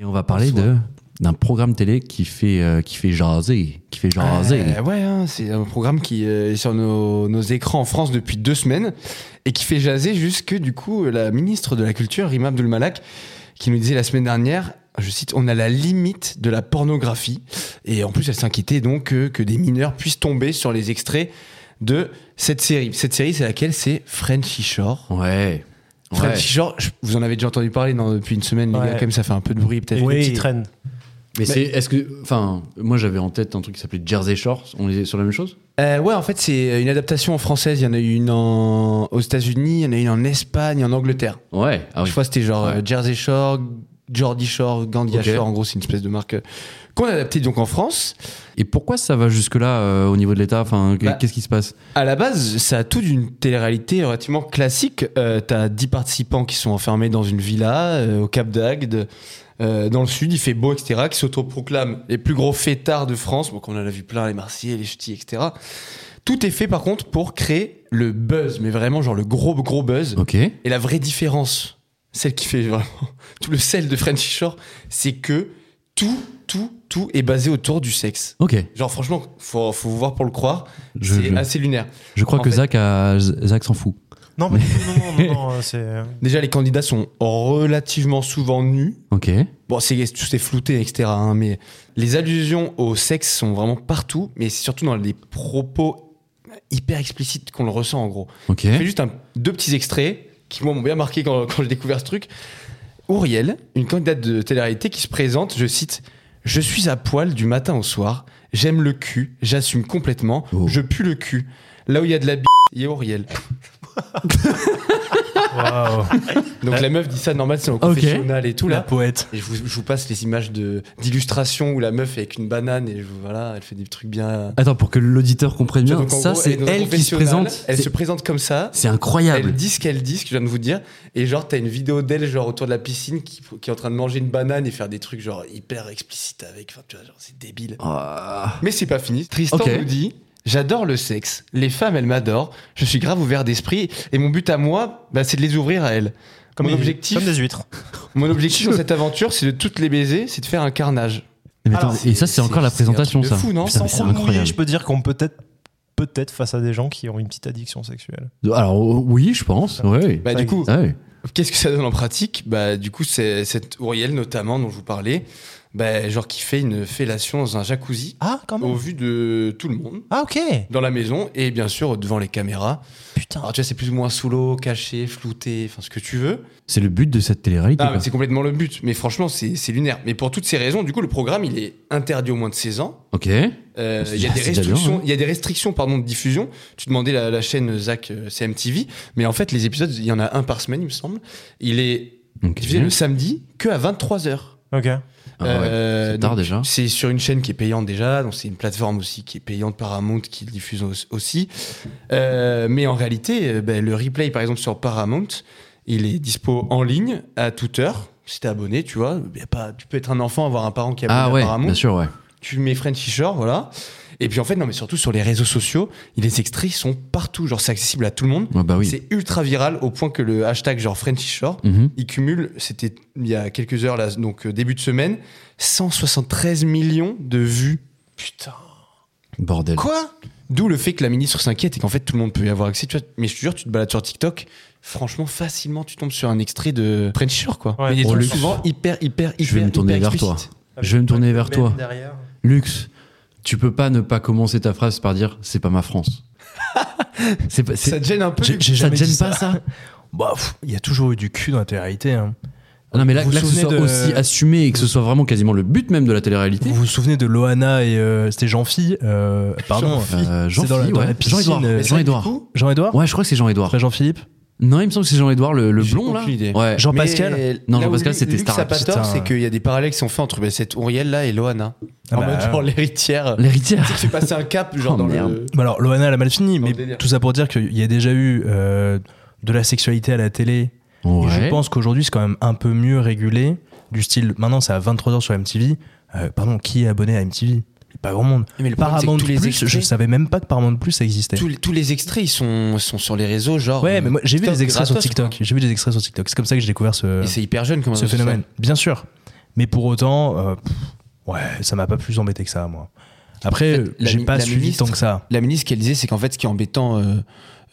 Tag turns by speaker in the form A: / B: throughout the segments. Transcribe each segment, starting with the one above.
A: Et on va parler
B: soi.
A: de d'un programme télé qui fait euh, qui fait jaser, qui fait jaser.
B: Euh, ouais, hein, c'est un programme qui euh, est sur nos, nos écrans en France depuis deux semaines et qui fait jaser jusque du coup la ministre de la Culture, Rima Abdul-Malak, qui nous disait la semaine dernière, je cite, on a la limite de la pornographie. Et en plus, elle s'inquiétait donc euh, que des mineurs puissent tomber sur les extraits de cette série. Cette série, c'est laquelle C'est Frenchy Shore.
A: Ouais. Ouais.
B: Frenchy Shore, je- vous en avez déjà entendu parler non, depuis une semaine, les
C: Ouais.
B: gars, comme ça fait un peu de bruit peut-être.
C: Oui. Une petite reine.
A: Mais c'est est-ce que enfin moi j'avais en tête un truc qui s'appelait Jersey Shore, on est sur la même chose
B: Euh, ouais, en fait, c'est une adaptation en française. Il y en a eu une en- aux États-Unis, il y en a eu une en Espagne, en Angleterre.
A: Ouais. Ah oui.
B: Je crois que c'était genre
A: Ouais.
B: euh, Jersey Shore, Geordie Shore, Gandia
A: Ok.
B: Shore. En gros, c'est une espèce de marque euh, qu'on a adaptée donc en France.
A: Et pourquoi ça va jusque là au niveau de l'État Enfin que-
B: Bah-
A: qu'est-ce qui se passe
B: À la base, ça a tout d'une télé-réalité relativement classique. Euh, T'as 10 participants qui sont enfermés dans une villa euh, au Cap d'Agde, euh, dans le sud, il fait beau, etc., qui s'autoproclament les plus gros fêtards de France. Donc on en a vu plein, les Marseillais, les Ch'tis, etc. Tout est fait par contre pour créer le buzz, mais vraiment genre le gros, gros buzz.
A: Ok.
B: Et la vraie différence, celle qui fait vraiment tout le sel de Frenchy Shore, c'est que tout, tout, tout est basé autour du sexe.
A: Ok.
B: Genre franchement, faut, faut vous voir pour le croire,
A: Je,
B: c'est
A: je-
B: assez lunaire.
A: je crois
B: en
A: que
B: fait-
A: Zach a- Zach s'en fout.
C: Non, mais non, non, non, non, non, c'est.
B: Déjà, les candidats sont relativement souvent nus.
A: Ok.
B: Bon, c'est tout est flouté, etc. hein, mais les allusions au sexe sont vraiment partout, mais c'est surtout dans les propos hyper explicites qu'on le ressent en gros.
A: Ok.
B: Je fais juste un- deux petits extraits qui moi m'ont bien marqué quand, quand j'ai découvert ce truc. Auriel, une candidate de télé-réalité qui se présente, je cite Je suis à poil du matin au soir, j'aime le cul, j'assume complètement,
A: Oh.
B: je pue le cul. Là où il y a de la b, il y a Auriel.
C: Waouh.
B: Donc la meuf dit ça normal, c'est en
A: Ah. Ok.
B: confessionnal et tout là.
C: poète.
B: Et je vous, je vous passe les images de- d'illustrations où la meuf est avec une banane et je vous- voilà, elle fait des trucs bien.
A: Attends pour que l'auditeur comprenne bien,
B: Donc, en
A: ça
B: gros,
A: c'est
B: est dans un
A: elle qui se
B: confessionnal,
A: présente.
B: Elle
A: C'est-
B: se présente comme ça.
A: C'est
B: Elle
A: incroyable.
B: dit ce qu'elle dit, ce que je viens de vous dire. Et genre, t'as une vidéo d'elle, genre autour de la piscine, qui, qui est en train de manger une banane et faire des trucs, genre hyper explicites avec. Enfin, tu vois, genre, c'est débile.
A: Ah.
B: Mais c'est pas fini. Tristan
A: Ok.
B: nous dit J'adore le sexe. Les femmes, elles m'adorent. Je suis grave ouvert d'esprit. Et mon but à moi, bah, c'est de les ouvrir à elles.
C: Comme
B: mon,
C: des,
B: objectif,
C: comme des huîtres.
B: mon objectif dans cette aventure, c'est de toutes les baiser, c'est de faire un carnage.
A: Mais attends,
B: Alors,
A: et ça c'est
B: c'est-
A: encore la
B: c'est un truc
A: présentation
B: de
A: ça.
B: fou, non
A: Putain,
C: Sans
A: mais c'est
C: trop me mouiller,
A: incroyable.
C: je peux dire qu'on peut être peut-être face à des gens qui ont une petite addiction sexuelle.
A: Alors euh, oui, je pense. Ouais. Ah
B: Bah,
C: Ça
B: du coup,
C: existe.
A: Ouais.
B: Qu'est-ce que ça donne en pratique Bah du coup c'est cette Auriel notamment dont je vous parlais, bah, genre qui fait une fellation dans un jacuzzi
C: Ah, quand même.
B: au vu de tout le monde
C: Ah, ok.
B: dans la maison et bien sûr devant les caméras.
C: Putain.
B: Alors tu vois c'est plus ou moins sous l'eau, caché, flouté, enfin ce que tu veux.
A: C'est le but de cette télé-réalité.
B: Ah,
A: quoi.
B: mais c'est complètement le but, mais franchement c'est c'est lunaire. Mais pour toutes ces raisons, du coup le programme il est interdit au moins de 16 ans.
A: ok.
B: Euh,
A: C'est
B: Il y a
A: déjà-
B: des
A: c'est déjà bien,
B: restrictions,
A: hein.
B: il y a des restrictions pardon de diffusion. Tu demandais la, la chaîne Zach euh, CMTV, mais en fait les épisodes il y en a un par semaine il me semble. Il est
A: Ok.
B: diffusé le samedi que à 23h.
C: Ok.
A: Ah ouais,
B: Euh,
A: c'est hein. tard
B: donc,
A: déjà.
B: C'est sur une chaîne qui est payante déjà, donc c'est une plateforme aussi qui est payante Paramount qui le diffuse au- aussi. Euh, mais en réalité, euh, ben, le replay par exemple sur Paramount, il est dispo en ligne à toute heure. Si t'es abonné, tu vois, y a pas, tu peux être un enfant, avoir un parent qui est abonné
A: Ah
B: à
A: ouais,
B: Paramount.
A: bien sûr, ouais.
B: Tu mets Frenchy Shore, voilà. Et puis en fait, non, mais surtout sur les réseaux sociaux, les extraits sont partout. Genre, c'est accessible à tout le monde.
A: Ouais, bah oui.
B: C'est ultra viral au point que le hashtag genre Frenchy Shore
A: Mhm.
B: il cumule, c'était il y a quelques heures, là, donc euh, début de semaine, 173 millions de vues.
C: Putain.
A: Bordel.
B: Quoi D'où le fait que la ministre s'inquiète et qu'en fait tout le monde peut y avoir accès. Tu vois, mais je te jure, tu te balades sur TikTok, franchement, facilement, tu tombes sur un extrait de French Shore, quoi.
C: Ouais.
B: Mais des
C: Oh,
B: trucs
C: Luc.
B: souvent hyper, hyper, hyper.
A: Je vais me tourner
B: hyper
A: vers toi.
B: explicites.
A: Je vais me tourner vers toi.
C: Derrière.
A: Lux, tu peux pas ne pas commencer ta phrase par dire c'est pas ma France. c'est pas, Bah, c'est-
B: Ça te gêne un peu.
A: j'ai-
B: Luc
A: ça te
C: jamais
A: gêne
C: dit
A: pas ça
C: Bah, pff, il y a toujours eu du cul dans la télé-réalité. hein.
A: Ah Non mais là,
C: Vous
A: là, que
C: vous
A: ce soit
C: souvenez de-
A: aussi assumé et que ce soit vraiment quasiment le but même de la télé-réalité.
C: Vous vous souvenez de Loana et euh, c'était Jean-Phi euh, Pardon.
B: Jean-Phi.
A: Euh, Jean
C: C'est dans la-
A: Philippe,
C: dans la
A: ouais.
C: piscine,
A: Jean-Édouard.
C: euh,
A: Jean-Édouard.
B: Du coup,
C: Jean-Edouard
A: Ouais, je crois que c'est Jean-Édouard.
C: Après Jean-Philippe
A: Non, il me semble que c'est Jean-Édouard le, le
B: J'ai
A: blond là.
B: aucune idée.
A: Ouais.
C: Jean-Pascal
B: mais
A: Non,
B: là où
A: Jean-Pascal,
B: Luc-
A: c'était
B: Luc
A: Starac,
B: Sapator,
C: putain.
B: c'est qu'il y a des parallèles qui sont faits entre ben, cette Ouriel là et Loana.
C: Ah
B: en
C: bah,
B: mode genre
C: ouais.
B: l'héritière.
A: L'héritière.
B: Tu sais, tu fais passer un cap, genre
A: Oh,
B: dans
A: merde.
B: le.
C: Bah alors, Loana, elle a mal fini,
B: Dans
C: mais
B: le délire.
C: tout ça pour dire qu'il y a déjà eu euh, de la sexualité à la télé. Et
A: Ouais.
C: je pense qu'aujourd'hui, c'est quand même un peu mieux régulé. Du style, maintenant, c'est à 23h sur MTV. Euh, pardon, qui est abonné à MTV Pas grand monde.
B: Mais le problème, c'est que
C: Paramount
B: tous les
C: Plus, je
B: extraits-
C: savais même pas que Paramount Plus ça existait. Euh,
B: tous, les- tous les extraits ils sont, sont sur les réseaux genre euh,
C: Ouais, mais moi, j'ai vu
B: TikTok
C: des extraits sur
B: gratos,
C: TikTok. J'ai vu des extraits sur TikTok. C'est comme ça que j'ai découvert ce,
B: quoi. et c'est hyper jeune comme
C: ce
B: réseau
C: phénomène. Bien sûr. Mais pour autant, euh, pff, ouais, ça m'a pas plus embêté que ça, moi. Après, euh,
B: En fait, la
C: j'ai
B: mi-
C: pas
B: la
C: suivi
B: ministre-
C: tant que ça.
B: La ministre, ce qu'elle disait, c'est qu'en fait, ce qui est embêtant, euh,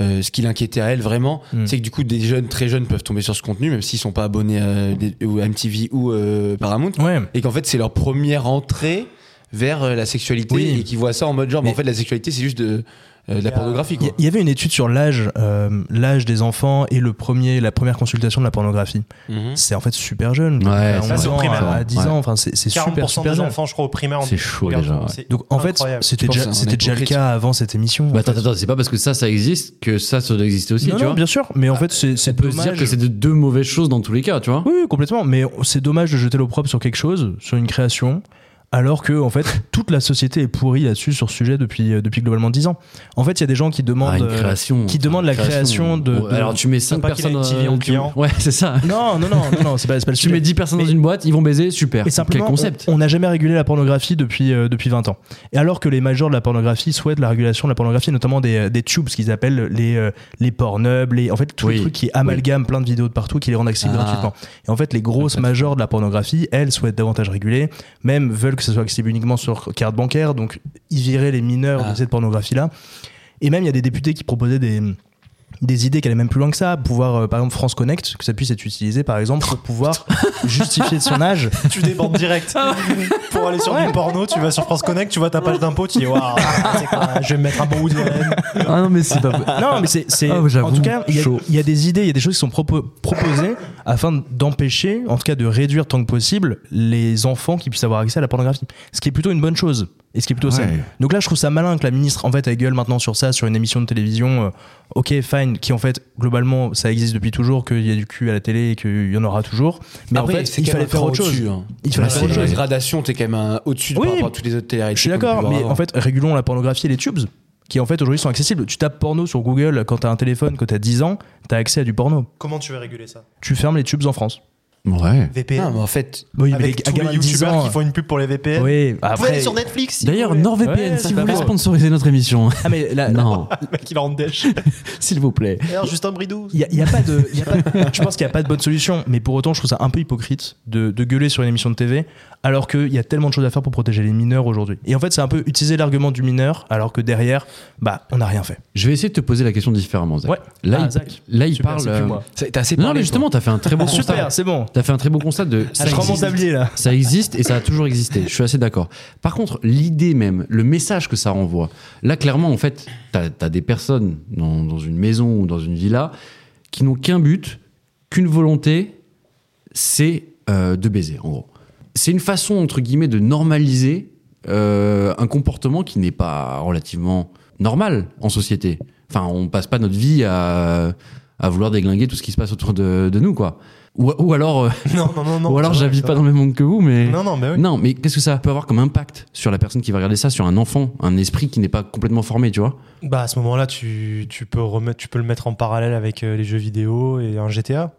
B: euh, ce qui l'inquiétait à elle vraiment,
C: Mm.
B: c'est que du coup, des jeunes très jeunes peuvent tomber sur ce contenu, même s'ils sont pas abonnés à, des- ou à MTV ou euh, Paramount,
C: Ouais.
B: et qu'en fait, c'est leur première entrée vers euh, la sexualité
C: Oui.
B: et qu'ils voient ça en mode genre, mais,
C: Mais-
B: en fait, la sexualité, c'est juste de, euh, de la pornographie.
C: Il
B: Quoi.
C: y- il y avait une étude sur l'âge, euh, l'âge des enfants et le premier, la première consultation de la pornographie.
D: Mmh.
B: Mhm.
C: C'est en fait super jeune.
A: Ouais,
C: à
A: c'est
C: 11
A: vrai,
D: c'est
C: ans,
D: vrai,
C: à,
A: ouais.
C: 10 ans, enfin c'est c'est
D: 40%
C: super super
D: des
C: jeune.
D: enfants, je crois, au primaire. en-
A: C'est chaud, déjà,
D: garçons,
A: ouais.
D: c'est
C: Donc en fait,
D: incroyable.
C: c'était
B: Je pense
C: déjà,
B: que c'est un
C: c'était déjà le
B: hypocrite.
C: cas avant cette émission.
A: Bah,
C: en fait.
A: attends, attends, c'est pas parce que ça, ça existe que ça, ça doit exister aussi,
C: non,
A: tu
C: non,
A: vois.
C: bien sûr, mais en fait c'est
A: On
C: c'est
A: peut se dire
C: dommage.
A: que c'est de- deux mauvaises choses dans tous les cas, tu vois.
C: Oui, oui, complètement. Mais c'est dommage de jeter l'opprobre sur quelque chose, sur une création, alors que, en fait, toute la société est pourrie là-dessus, sur ce sujet, depuis, euh, depuis globalement 10 ans. En fait, il y a des gens qui demandent.
A: Ah, une
C: euh,
A: création.
C: qui demande la création de-
A: Ouais, Alors, tu mets 5
D: pas qu'il a
A: personnes.
D: une TV
A: euh,
D: en
A: tu-
D: client.
A: Ouais, c'est ça.
C: Non, non, non, non, non, c'est pas, c'est pas le
A: Tu
C: sujet.
A: mets 10 personnes dans
C: Bah, Mais-
A: une boîte, ils vont baiser, super.
C: Et
A: Quel
C: simplement,
A: concept
C: on- on n'a jamais régulé la pornographie depuis, euh, depuis 20 ans. Et alors que les majors de la pornographie souhaitent la régulation de la pornographie, notamment des, euh, des tubes, ce qu'ils appellent les, euh, les pornubs, les, en fait, tous
A: Oui,
C: les trucs qui amalgament plein de vidéos de partout, qui les rendent accessibles
B: Ah.
C: gratuitement. Et en fait, les grosses
A: Peut-être.
C: majors de la pornographie, elles souhaitent davantage réguler, même veulent que ce soit accessible uniquement sur carte bancaire, donc ils viraient les mineurs
B: Ah.
C: de cette pornographie-là. Et même, il y a des députés qui proposaient des des idées qui allaient même plus loin que ça, pouvoir euh, par exemple France Connect, que ça puisse être utilisé par exemple
A: Oh,
C: pour pouvoir justifier de son âge
D: Tu débordes direct.
A: Ah
D: Pour aller sur du porno, tu vas sur France Connect, tu vois ta page d'impôt, tu dis Waouh, c'est quoi, je vais me mettre un bon bout de
A: Ah non, mais c'est pas.
C: Non, mais c'est. c'est-
A: Ah, j'avoue,
C: en tout cas, il y a-
A: chaud.
C: il y, a des idées, il y a des choses qui sont propo- proposées afin d'empêcher, en tout cas de réduire tant que possible, les enfants qui puissent avoir accès à la pornographie. Ce qui est plutôt une bonne chose. Et ce qui est plutôt sain.
A: Ouais.
C: Donc là, je trouve ça malin que la ministre, en fait, elle gueule maintenant sur ça, sur une émission de télévision. euh, ok, fine, qui en fait, globalement, ça existe depuis toujours, qu'il y a du cul à la télé et qu'il y en aura toujours. Mais en
B: Après,
C: fait,
B: c'est
C: il
B: quand
C: fallait
B: même
C: faire
B: encore
C: autre chose.
B: au-dessus, hein.
C: Il fallait
A: Ouais,
C: faire
B: C'est
C: autre
A: c'est
B: une
C: chose.
B: gradation, t'es quand même un- au-dessus de
C: Oui.
B: par rapport à toutes les autres télé
C: Je suis d'accord, mais en fait, régulons la pornographie et les tubes, qui en fait aujourd'hui sont accessibles. Tu tapes porno sur Google quand t'as un téléphone, quand t'as 10 ans, t'as accès à du porno.
D: Comment tu veux réguler ça
C: Tu fermes les tubes en France.
A: Ouais.
B: Non,
D: VPN.
B: mais en fait,
C: Oui,
D: Avec tous les youtubeurs qui font une pub pour les VPN.
C: Oui,
D: Vous allez
C: après.
D: sur Netflix. si
A: D'ailleurs,
D: vous voulez.
A: NordVPN,
C: Ouais,
A: si
C: c'est
A: vous
C: pas
A: voulez
C: faux.
A: sponsoriser notre émission.
C: Ah, mais là,
A: non,
D: Le mec, il est en dèche.
A: s'il vous plaît.
D: D'ailleurs, Justin Bridou.
C: Il y a, il y a pas de, il y a pas de- je pense qu'il n'y a pas de bonne solution, mais pour autant, je trouve ça un peu hypocrite de, de gueuler sur une émission de TV alors qu'il y a tellement de choses à faire pour protéger les mineurs aujourd'hui. Et en fait, c'est un peu utiliser l'argument du mineur alors que derrière, bah, on n'a rien fait.
A: Je vais essayer de te poser la question différemment, Zach.
C: Ouais.
A: Là,
C: Ah,
A: il,
C: Zach.
A: là, il
C: Super,
A: parle.
C: c'est plus
A: euh,
C: moi.
B: c'est- t'as assez
A: Non,
B: parlé.
A: mais justement, t'as fait un très beau constat.
C: Super, c'est bon.
A: T'as fait un très beau constat de. ça
C: je rends mon
A: existe.
C: tablier là.
A: Ça existe et ça a toujours existé. Je suis assez d'accord. Par contre, l'idée même, le message que ça renvoie, là, clairement, en fait, t'as as des personnes dans, dans une maison ou dans une villa qui n'ont qu'un but, qu'une volonté, c'est euh, de baiser, en gros. C'est une façon, entre guillemets, de normaliser euh, un comportement qui n'est pas relativement normal en société. Enfin, on passe pas notre vie à, à vouloir déglinguer tout ce qui se passe autour de, de nous, quoi. Ou, ou alors, euh,
D: Non, non, non, non.
A: ou alors
D: ça va,
A: j'habite
D: ça
A: pas
D: va.
A: dans le même monde que vous, mais...
D: Non, non, mais oui.
A: Non, mais qu'est-ce que ça peut avoir comme impact sur la personne qui va regarder ça, sur un enfant, un esprit qui n'est pas complètement formé, tu vois
D: Bah à ce moment-là, tu, tu peux remettre, tu peux le mettre en parallèle avec euh, les jeux vidéo et un GTA.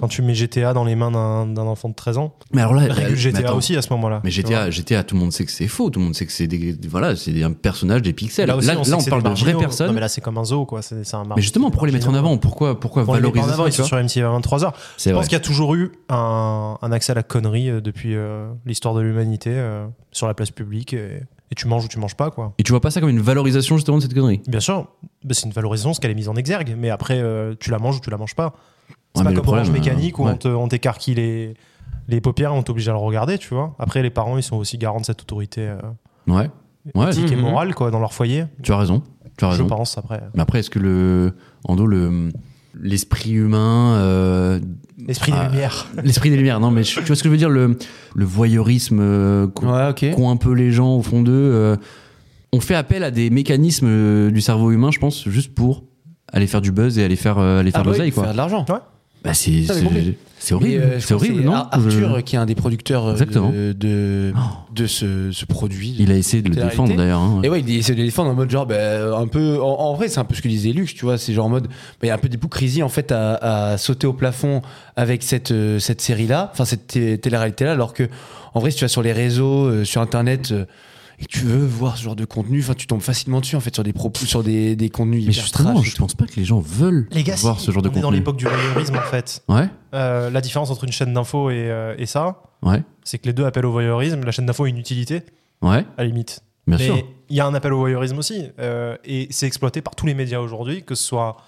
D: Quand tu mets GTA dans les mains d'un d'un enfant de 13 ans,
A: Mais alors là,
D: régule
A: mais
D: GTA
A: attends.
D: aussi à ce moment-là.
A: Mais
D: tu
A: GTA, GTA, tout le monde sait que c'est faux, tout le monde sait que c'est des, voilà, c'est des- un personnage, des
D: vois.
A: pixels. Là, là,
D: aussi,
A: on,
D: sait que c'est
A: parle
D: des
A: de vraies
D: marginaux. Non,
A: personnes.
D: mais
A: mais,
D: là, c'est comme un zoo, quoi. C'est c'est un
A: justement, pourquoi les mettre en avant Pourquoi, pourquoi
D: Pour les mettre
A: valoriser
D: en avant,
A: ça
D: ils
A: tu
D: sont
A: vois
D: sur MTV à 23h.
A: C'est
D: Je
A: vrai.
D: pense qu'il y a toujours eu un, un accès à la connerie euh, depuis euh, l'histoire de l'humanité euh, sur la place publique. Et, et tu manges ou tu manges pas, quoi.
A: Et tu vois pas ça comme une valorisation justement de cette connerie
D: Bien sûr, bah, c'est une valorisation, ce qu'elle est mise en exergue. Mais après, euh, tu la manges ou tu la manges pas. C'est
A: Ouais,
D: pas
A: mais le
D: comme Orange
A: problème, euh,
D: Mécanique où
A: ouais.
D: on te- on t'écarquille les, les paupières, on t'oblige à le regarder, tu vois. Après, les parents, ils sont aussi garants de cette autorité euh,
A: Ouais, ouais,
D: éthique et
B: Mhm.
D: morale, quoi, dans leur foyer.
A: tu as raison. Tu as
D: Je
A: raison.
D: pense, après.
A: Mais après, est-ce que le. Ando, le. L'esprit humain, euh,
D: L'esprit des
A: Ah.
D: Lumières.
A: l'esprit des lumières, non mais je- tu vois ce que je veux dire, le, le voyeurisme euh, qu'on-
B: Ouais, ok.
A: qu'ont un peu les gens au fond d'eux. euh, on fait appel à des mécanismes euh, du cerveau humain, je pense, juste pour aller faire du buzz et aller faire, euh, aller faire de
B: Ah oui,
A: l'oseille, quoi.
B: Faire de l'argent.
A: Bah, c'est
B: Ça, j'ai
A: c'est-
B: compris.
A: c'est horrible,
B: Mais, euh, je
A: c'est
B: crois que
A: horrible,
B: c'est
A: non
B: Ar- Arthur,
A: Je-
B: qui est un des producteurs euh,
A: Exactement.
B: de, de,
A: Oh.
B: de ce, ce produit.
A: Il a essayé de le
B: C'est la
A: défendre
B: réalité.
A: d'ailleurs. hein.
B: Et ouais, il essaie de les défendre en mode genre, bah, un peu. En, en vrai, c'est un peu ce que disait Lux, tu vois. C'est genre en mode, bah, il y a un peu d'hypocrisie en fait à, à sauter au plafond avec cette, euh, cette série-là, enfin cette té- télé-réalité-là, alors que, en vrai, si tu vas sur les réseaux, euh, sur internet. euh, et que tu veux voir ce genre de contenu, enfin, tu tombes facilement dessus en fait sur des propos, sur des, des contenus
A: Mais
B: hyper
A: justement,
B: trash et
A: je
B: tout.
A: pense pas que les gens veulent
D: Les gars,
A: voir
D: si,
A: ce genre de
D: on est dans
A: contenu.
D: l'époque du voyeurisme en fait.
A: Ouais,
D: Euh, la différence entre une chaîne d'info et, euh, et ça,
A: ouais,
D: c'est que les deux appellent au voyeurisme. La chaîne d'info a une utilité,
A: ouais,
D: à la limite.
A: bien
D: Mais
A: sûr.
D: il y a un appel au voyeurisme aussi. euh, et c'est exploité par tous les médias aujourd'hui, que ce soit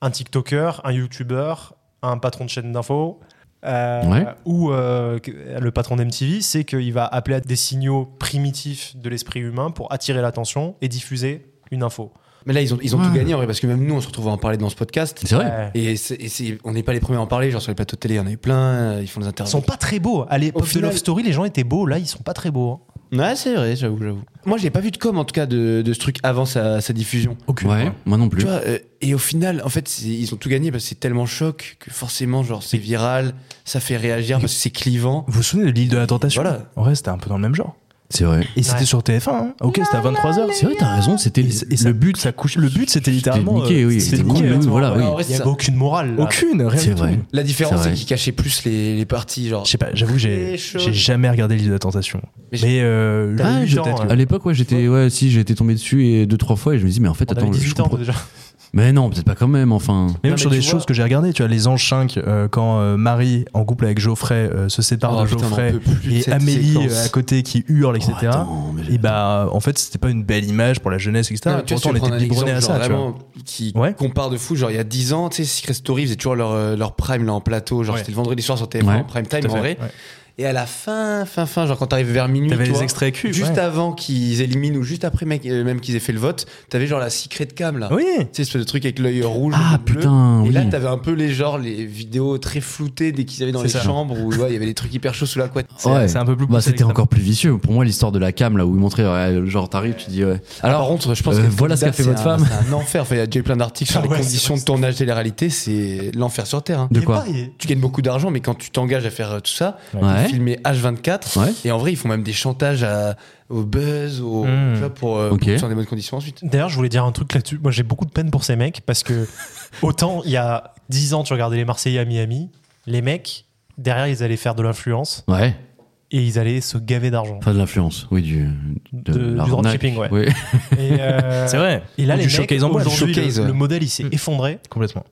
D: un TikToker, un YouTuber, un patron de chaîne d'info. euh,
A: Ouais.
D: Ou euh, que- le patron d'MTV, c'est qu'il va appeler à des signaux primitifs de l'esprit humain pour attirer l'attention et diffuser une info.
B: Mais là, ils ont, ils ont
A: Ouais.
B: tout gagné en vrai, parce que même nous, on se retrouve à en parler dans ce podcast.
A: C'est vrai.
D: Euh,
B: Et, c'est- et c'est- on n'est pas les premiers à en parler, genre sur les plateaux de télé, il y en a eu plein, euh, ils font des
D: Ils
B: interviews.
D: sont pas très beaux. À l'époque
B: Au final-
D: de Love Story, les gens étaient beaux. Là, ils sont pas très beaux. hein.
B: Ouais, c'est vrai, j'avoue, j'avoue. Moi, j'ai pas vu de com en tout cas de, de ce truc avant sa, sa diffusion.
A: ouais, moi non plus.
B: Tu vois, euh, et au final, en fait, c'est- ils ont tout gagné parce que c'est tellement choc que forcément, genre, c'est viral, ça fait réagir parce que c'est clivant.
C: Vous vous souvenez de l'île de la tentation
B: Voilà.
C: En vrai, c'était un peu dans le même genre.
A: C'est vrai.
C: Et c'était
D: Ouais.
C: sur TF1. hein. Ok, c'était à 23h.
A: C'est vrai, t'as raison. C'était
C: Et c'est- et ça-
A: le but.
C: ça couche. Le but, c'était littéralement.
A: niqué,
C: euh,
A: oui,
C: c'était
A: c'était
C: niqué,
D: hein.
A: niqué,
C: complètement.
A: voilà, oui.
B: Alors, ouais,
D: Il n'y
B: c'est
D: avait
B: ça.
D: aucune morale. là.
C: Aucune, rien.
A: C'est
C: du tout.
A: vrai.
B: La différence,
A: C'est
B: c'est
A: vrai.
B: qu'ils cachaient plus les, les parties, genre.
C: Je sais pas, j'avoue, j'ai
D: Les choses.
C: j'ai jamais regardé l'île de la tentation.
B: Mais
C: Mais,
B: j'ai-
C: euh,
D: T'as
C: oui,
D: huit ans,
C: peut-être
D: hein.
C: que-
A: À l'époque, ouais, j'étais, ouais, si, j'ai été tombé dessus et deux trois fois et je me dis, mais en fait,
D: On avait
A: attends, je
D: 18 ans
A: comprends-
D: déjà.
A: Mais non, peut-être pas quand même. Enfin,
C: Même
B: Non, mais
C: sur des
B: tu vois-
C: choses que j'ai regardées, tu vois, les anges 5, euh, quand euh, Marie, en couple avec Geoffrey, euh, se sépare
B: Oh,
C: de
B: putain, on en
C: Geoffrey,
B: peut plus de
C: et
B: cette
C: Amélie
B: séquence.
C: euh, à côté qui hurle, etc.
A: Oh, attends, mais-
C: et bah, en fait, c'était pas une belle image pour la jeunesse, etc.
B: Non, mais tu vois,
C: Pourtant,
B: si tu
C: on
B: prends
C: était
B: un
C: biberonnés à
B: exemple,
C: ça,
B: genre,
C: tu vois.
B: vraiment, qui
C: Ouais.
B: compare de fou. Genre, il y a 10 ans, tu sais, Secret Story, ils faisaient toujours leur, euh, leur prime là en plateau. Genre,
C: Ouais.
B: c'était le vendredi soir sur TF1,
A: Ouais,
B: en prime time,
C: Tout à
B: en
C: fait,
B: vrai.
C: ouais.
B: Et à la fin, fin, fin, genre quand t'arrives vers minuit,
C: T'avais
B: toi,
C: les extraits cul.
B: juste
C: ouais.
B: avant qu'ils éliminent ou juste après mec, euh, même qu'ils aient fait le vote, t'avais genre la secret cam là.
C: Oui!
B: Tu sais, espèce de truc avec l'œil rouge.
A: Ah,
B: bleu.
A: putain,
B: Et
A: oui.
B: là, t'avais un peu les genres, les vidéos très floutées dès qu'ils avaient dans
C: C'est
B: les
C: ça.
B: chambres où ouais, il y avait des trucs hyper chauds sous la couette.
C: C'est
A: Ouais.
C: c'est un peu plus
A: Bah,
C: poussé
A: c'était
C: que ça.
A: encore plus vicieux. Pour moi, l'histoire de la cam, là où il montrait, ouais, genre, t'arrives, tu dis, ouais. Alors,
B: Alors, par contre, je pense
A: euh,
B: que
A: voilà ce qu'a fait
B: c'est
A: votre
B: un-
A: femme.
B: C'est un enfer. Enfin, il y a déjà eu plein d'articles sur
D: Ah
B: les
D: ouais, c'est
B: conditions
D: vrai,
B: de tournage télé-réalité. C'est l'enfer sur Terre. hein.
A: de
D: Et
A: quoi
D: pareil,
B: Tu gagnes beaucoup d'argent, mais quand tu t'engages à faire euh, tout ça,
A: Ouais.
B: filmer H24,
A: Ouais.
B: et en vrai, ils font même des chantages à- au buzz, au,
C: Mm.
B: tu vois, pour, euh,
A: Hmm. Ok.
B: pour que ce soit dans des bonnes conditions ensuite.
D: D'ailleurs, je voulais dire un truc là-dessus. Moi, j'ai beaucoup de peine pour ces mecs parce que autant il y a 10 ans, tu regardais les Marseillais à Miami, les mecs, derrière, ils allaient faire de l'influence
A: Ouais.
D: et ils allaient se gaver d'argent.
A: Enfin, de l'influence. Oui, du.
D: De- du
A: l'arnaque.
D: dropshipping, ouais.
A: Oui.
D: Et, euh,
C: C'est vrai.
D: Et là,
C: Ou
D: les
C: du
D: mecs,
C: showcase en boîte.
D: aujourd'hui,
B: Showcase,
D: le,
B: ouais.
D: le modèle, il s'est
C: Mm.
D: effondré.
C: Complètement.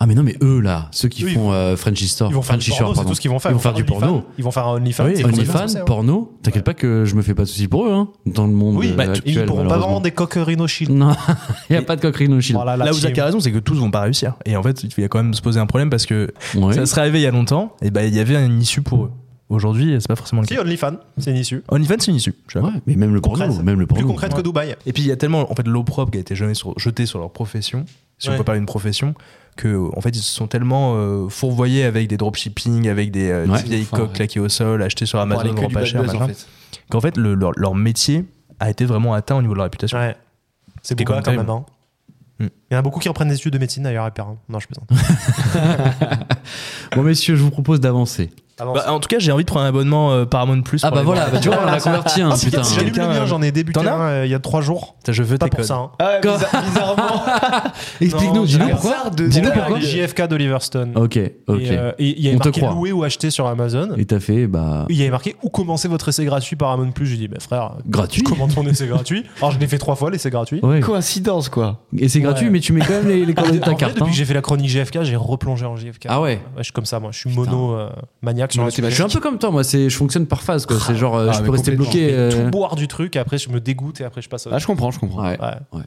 A: Ah, mais non, mais eux, là, ceux qui
D: Eux, ils
A: font euh, Frenchy Store.
D: Ils vont faire du
A: Frenchy Shore,
D: porno, c'est
A: pardon.
D: tout ce qu'ils vont faire.
A: Ils vont faire du
D: OnlyFans,
A: porno.
D: Ils vont faire un OnlyFans.
C: Oui,
D: c'est
C: OnlyFans,
D: complètement ça,
A: OnlyFans,
D: ouais.
A: porno. T'inquiète pas que je me fais pas de soucis pour eux, hein. Dans le monde.
D: Oui,
A: euh,
D: bah, tu-
A: actuel,
D: ils pourront pas
A: malheureusement.
D: vendre des coquerines au shield.
A: Non, il n'y a pas de coquerie no shield.
D: Voilà, la
C: Là où
D: team.
C: Zach a raison, c'est que tous vont pas réussir. Et en fait, il va quand même se poser un problème parce que
A: Ouais.
C: ça serait arrivé il y a longtemps, et ben il y avait une issue pour eux. Aujourd'hui, c'est pas forcément le
D: Si,
C: cas.
D: OnlyFans, c'est une issue.
C: OnlyFans, c'est une issue. je suis d'accord.
A: Ouais, mais même le porno,
D: Concrète.
A: même le
D: Plus
A: porno.
D: concrète que Dubaï.
C: Et puis il y a tellement en fait l'opprobre qui a été jamais sur- jeté sur leur profession, si
D: Ouais.
C: on peut parler d'une profession, que en fait ils se sont tellement euh, fourvoyés avec des dropshipping, avec des, euh, des
A: Ouais.
C: vieilles
B: Enfin,
C: coques
B: ouais.
C: claquées au sol, achetées sur
B: Pour aller
C: Amazon
B: que
C: grand
B: du
C: pas
B: bad
C: cher,
B: buzz, en
C: machin,
B: fait.
C: qu'en fait le- leur, leur métier a été vraiment atteint au niveau de la réputation.
D: Ouais. C'est
C: Qui est
D: Booba
C: quand
D: quand
C: même
D: même. hein.
C: Hmm.
D: Il y en a beaucoup qui reprennent des études de médecine d'ailleurs à Perrin. Non, je plaisante.
A: Bon, messieurs, je vous propose d'avancer.
D: Avance.
C: Bah, en tout cas, j'ai envie de prendre un abonnement euh, Paramount Plus.
A: Ah,
C: pour
A: bah
C: aller
A: voilà,
C: voir.
A: bah, tu vois, on a converti un, putain.
D: si j'allume le
C: quelqu'un,
D: mien,
C: euh,
D: j'en ai débuté
C: t'en as
D: un euh, il y a trois jours.
C: Putain, je veux
D: Pas
C: tes
D: pour
C: codes.
D: ça. hein.
B: Ah,
A: Quoi
B: bizarre- bizarrement.
A: Explique-nous,
D: Non,
A: dis-nous
D: j'ai
A: pourquoi.
B: regardé de-
A: Dis-nous
D: Ouais,
A: pourquoi.
D: les JFK d'Oliverstone.
A: Ok, ok.
D: Et, euh, et il y avait
A: On te
D: marqué
A: croit.
D: louer ou acheter sur Amazon.
A: Et t'as fait, bah.
D: Il y avait marqué où commencer votre essai gratuit par Amazon Plus. J'ai dit, bah, frère,
A: Gratuit.
D: comment ton essai gratuit Alors je l'ai fait trois fois l'essai gratuit.
A: Ouais.
B: Coïncidence, quoi.
A: Et c'est gratuit,
D: Ouais. Ah,
A: mais tu mets quand même les, les coordonnées de ta
D: En vrai,
A: carte.
D: depuis
A: hein.
D: que j'ai fait la chronique JFK, j'ai replongé en JFK.
A: Ah ouais.
D: Je suis comme ça, moi. Je suis mono euh, maniaque sur
B: Non,
D: le
B: t'es
D: sujet.
A: Je suis un peu comme toi, moi, c'est, je fonctionne par phase, quoi. C'est genre, euh,
B: Ah,
A: je
B: mais
A: peux rester
B: complètement.
A: bloqué.
D: Je vais
A: euh,
D: tout boire du truc, et après je me dégoûte et après je passe au.
B: Ah, je comprends, je comprends.
A: Ouais.
D: Ouais.
A: Ouais.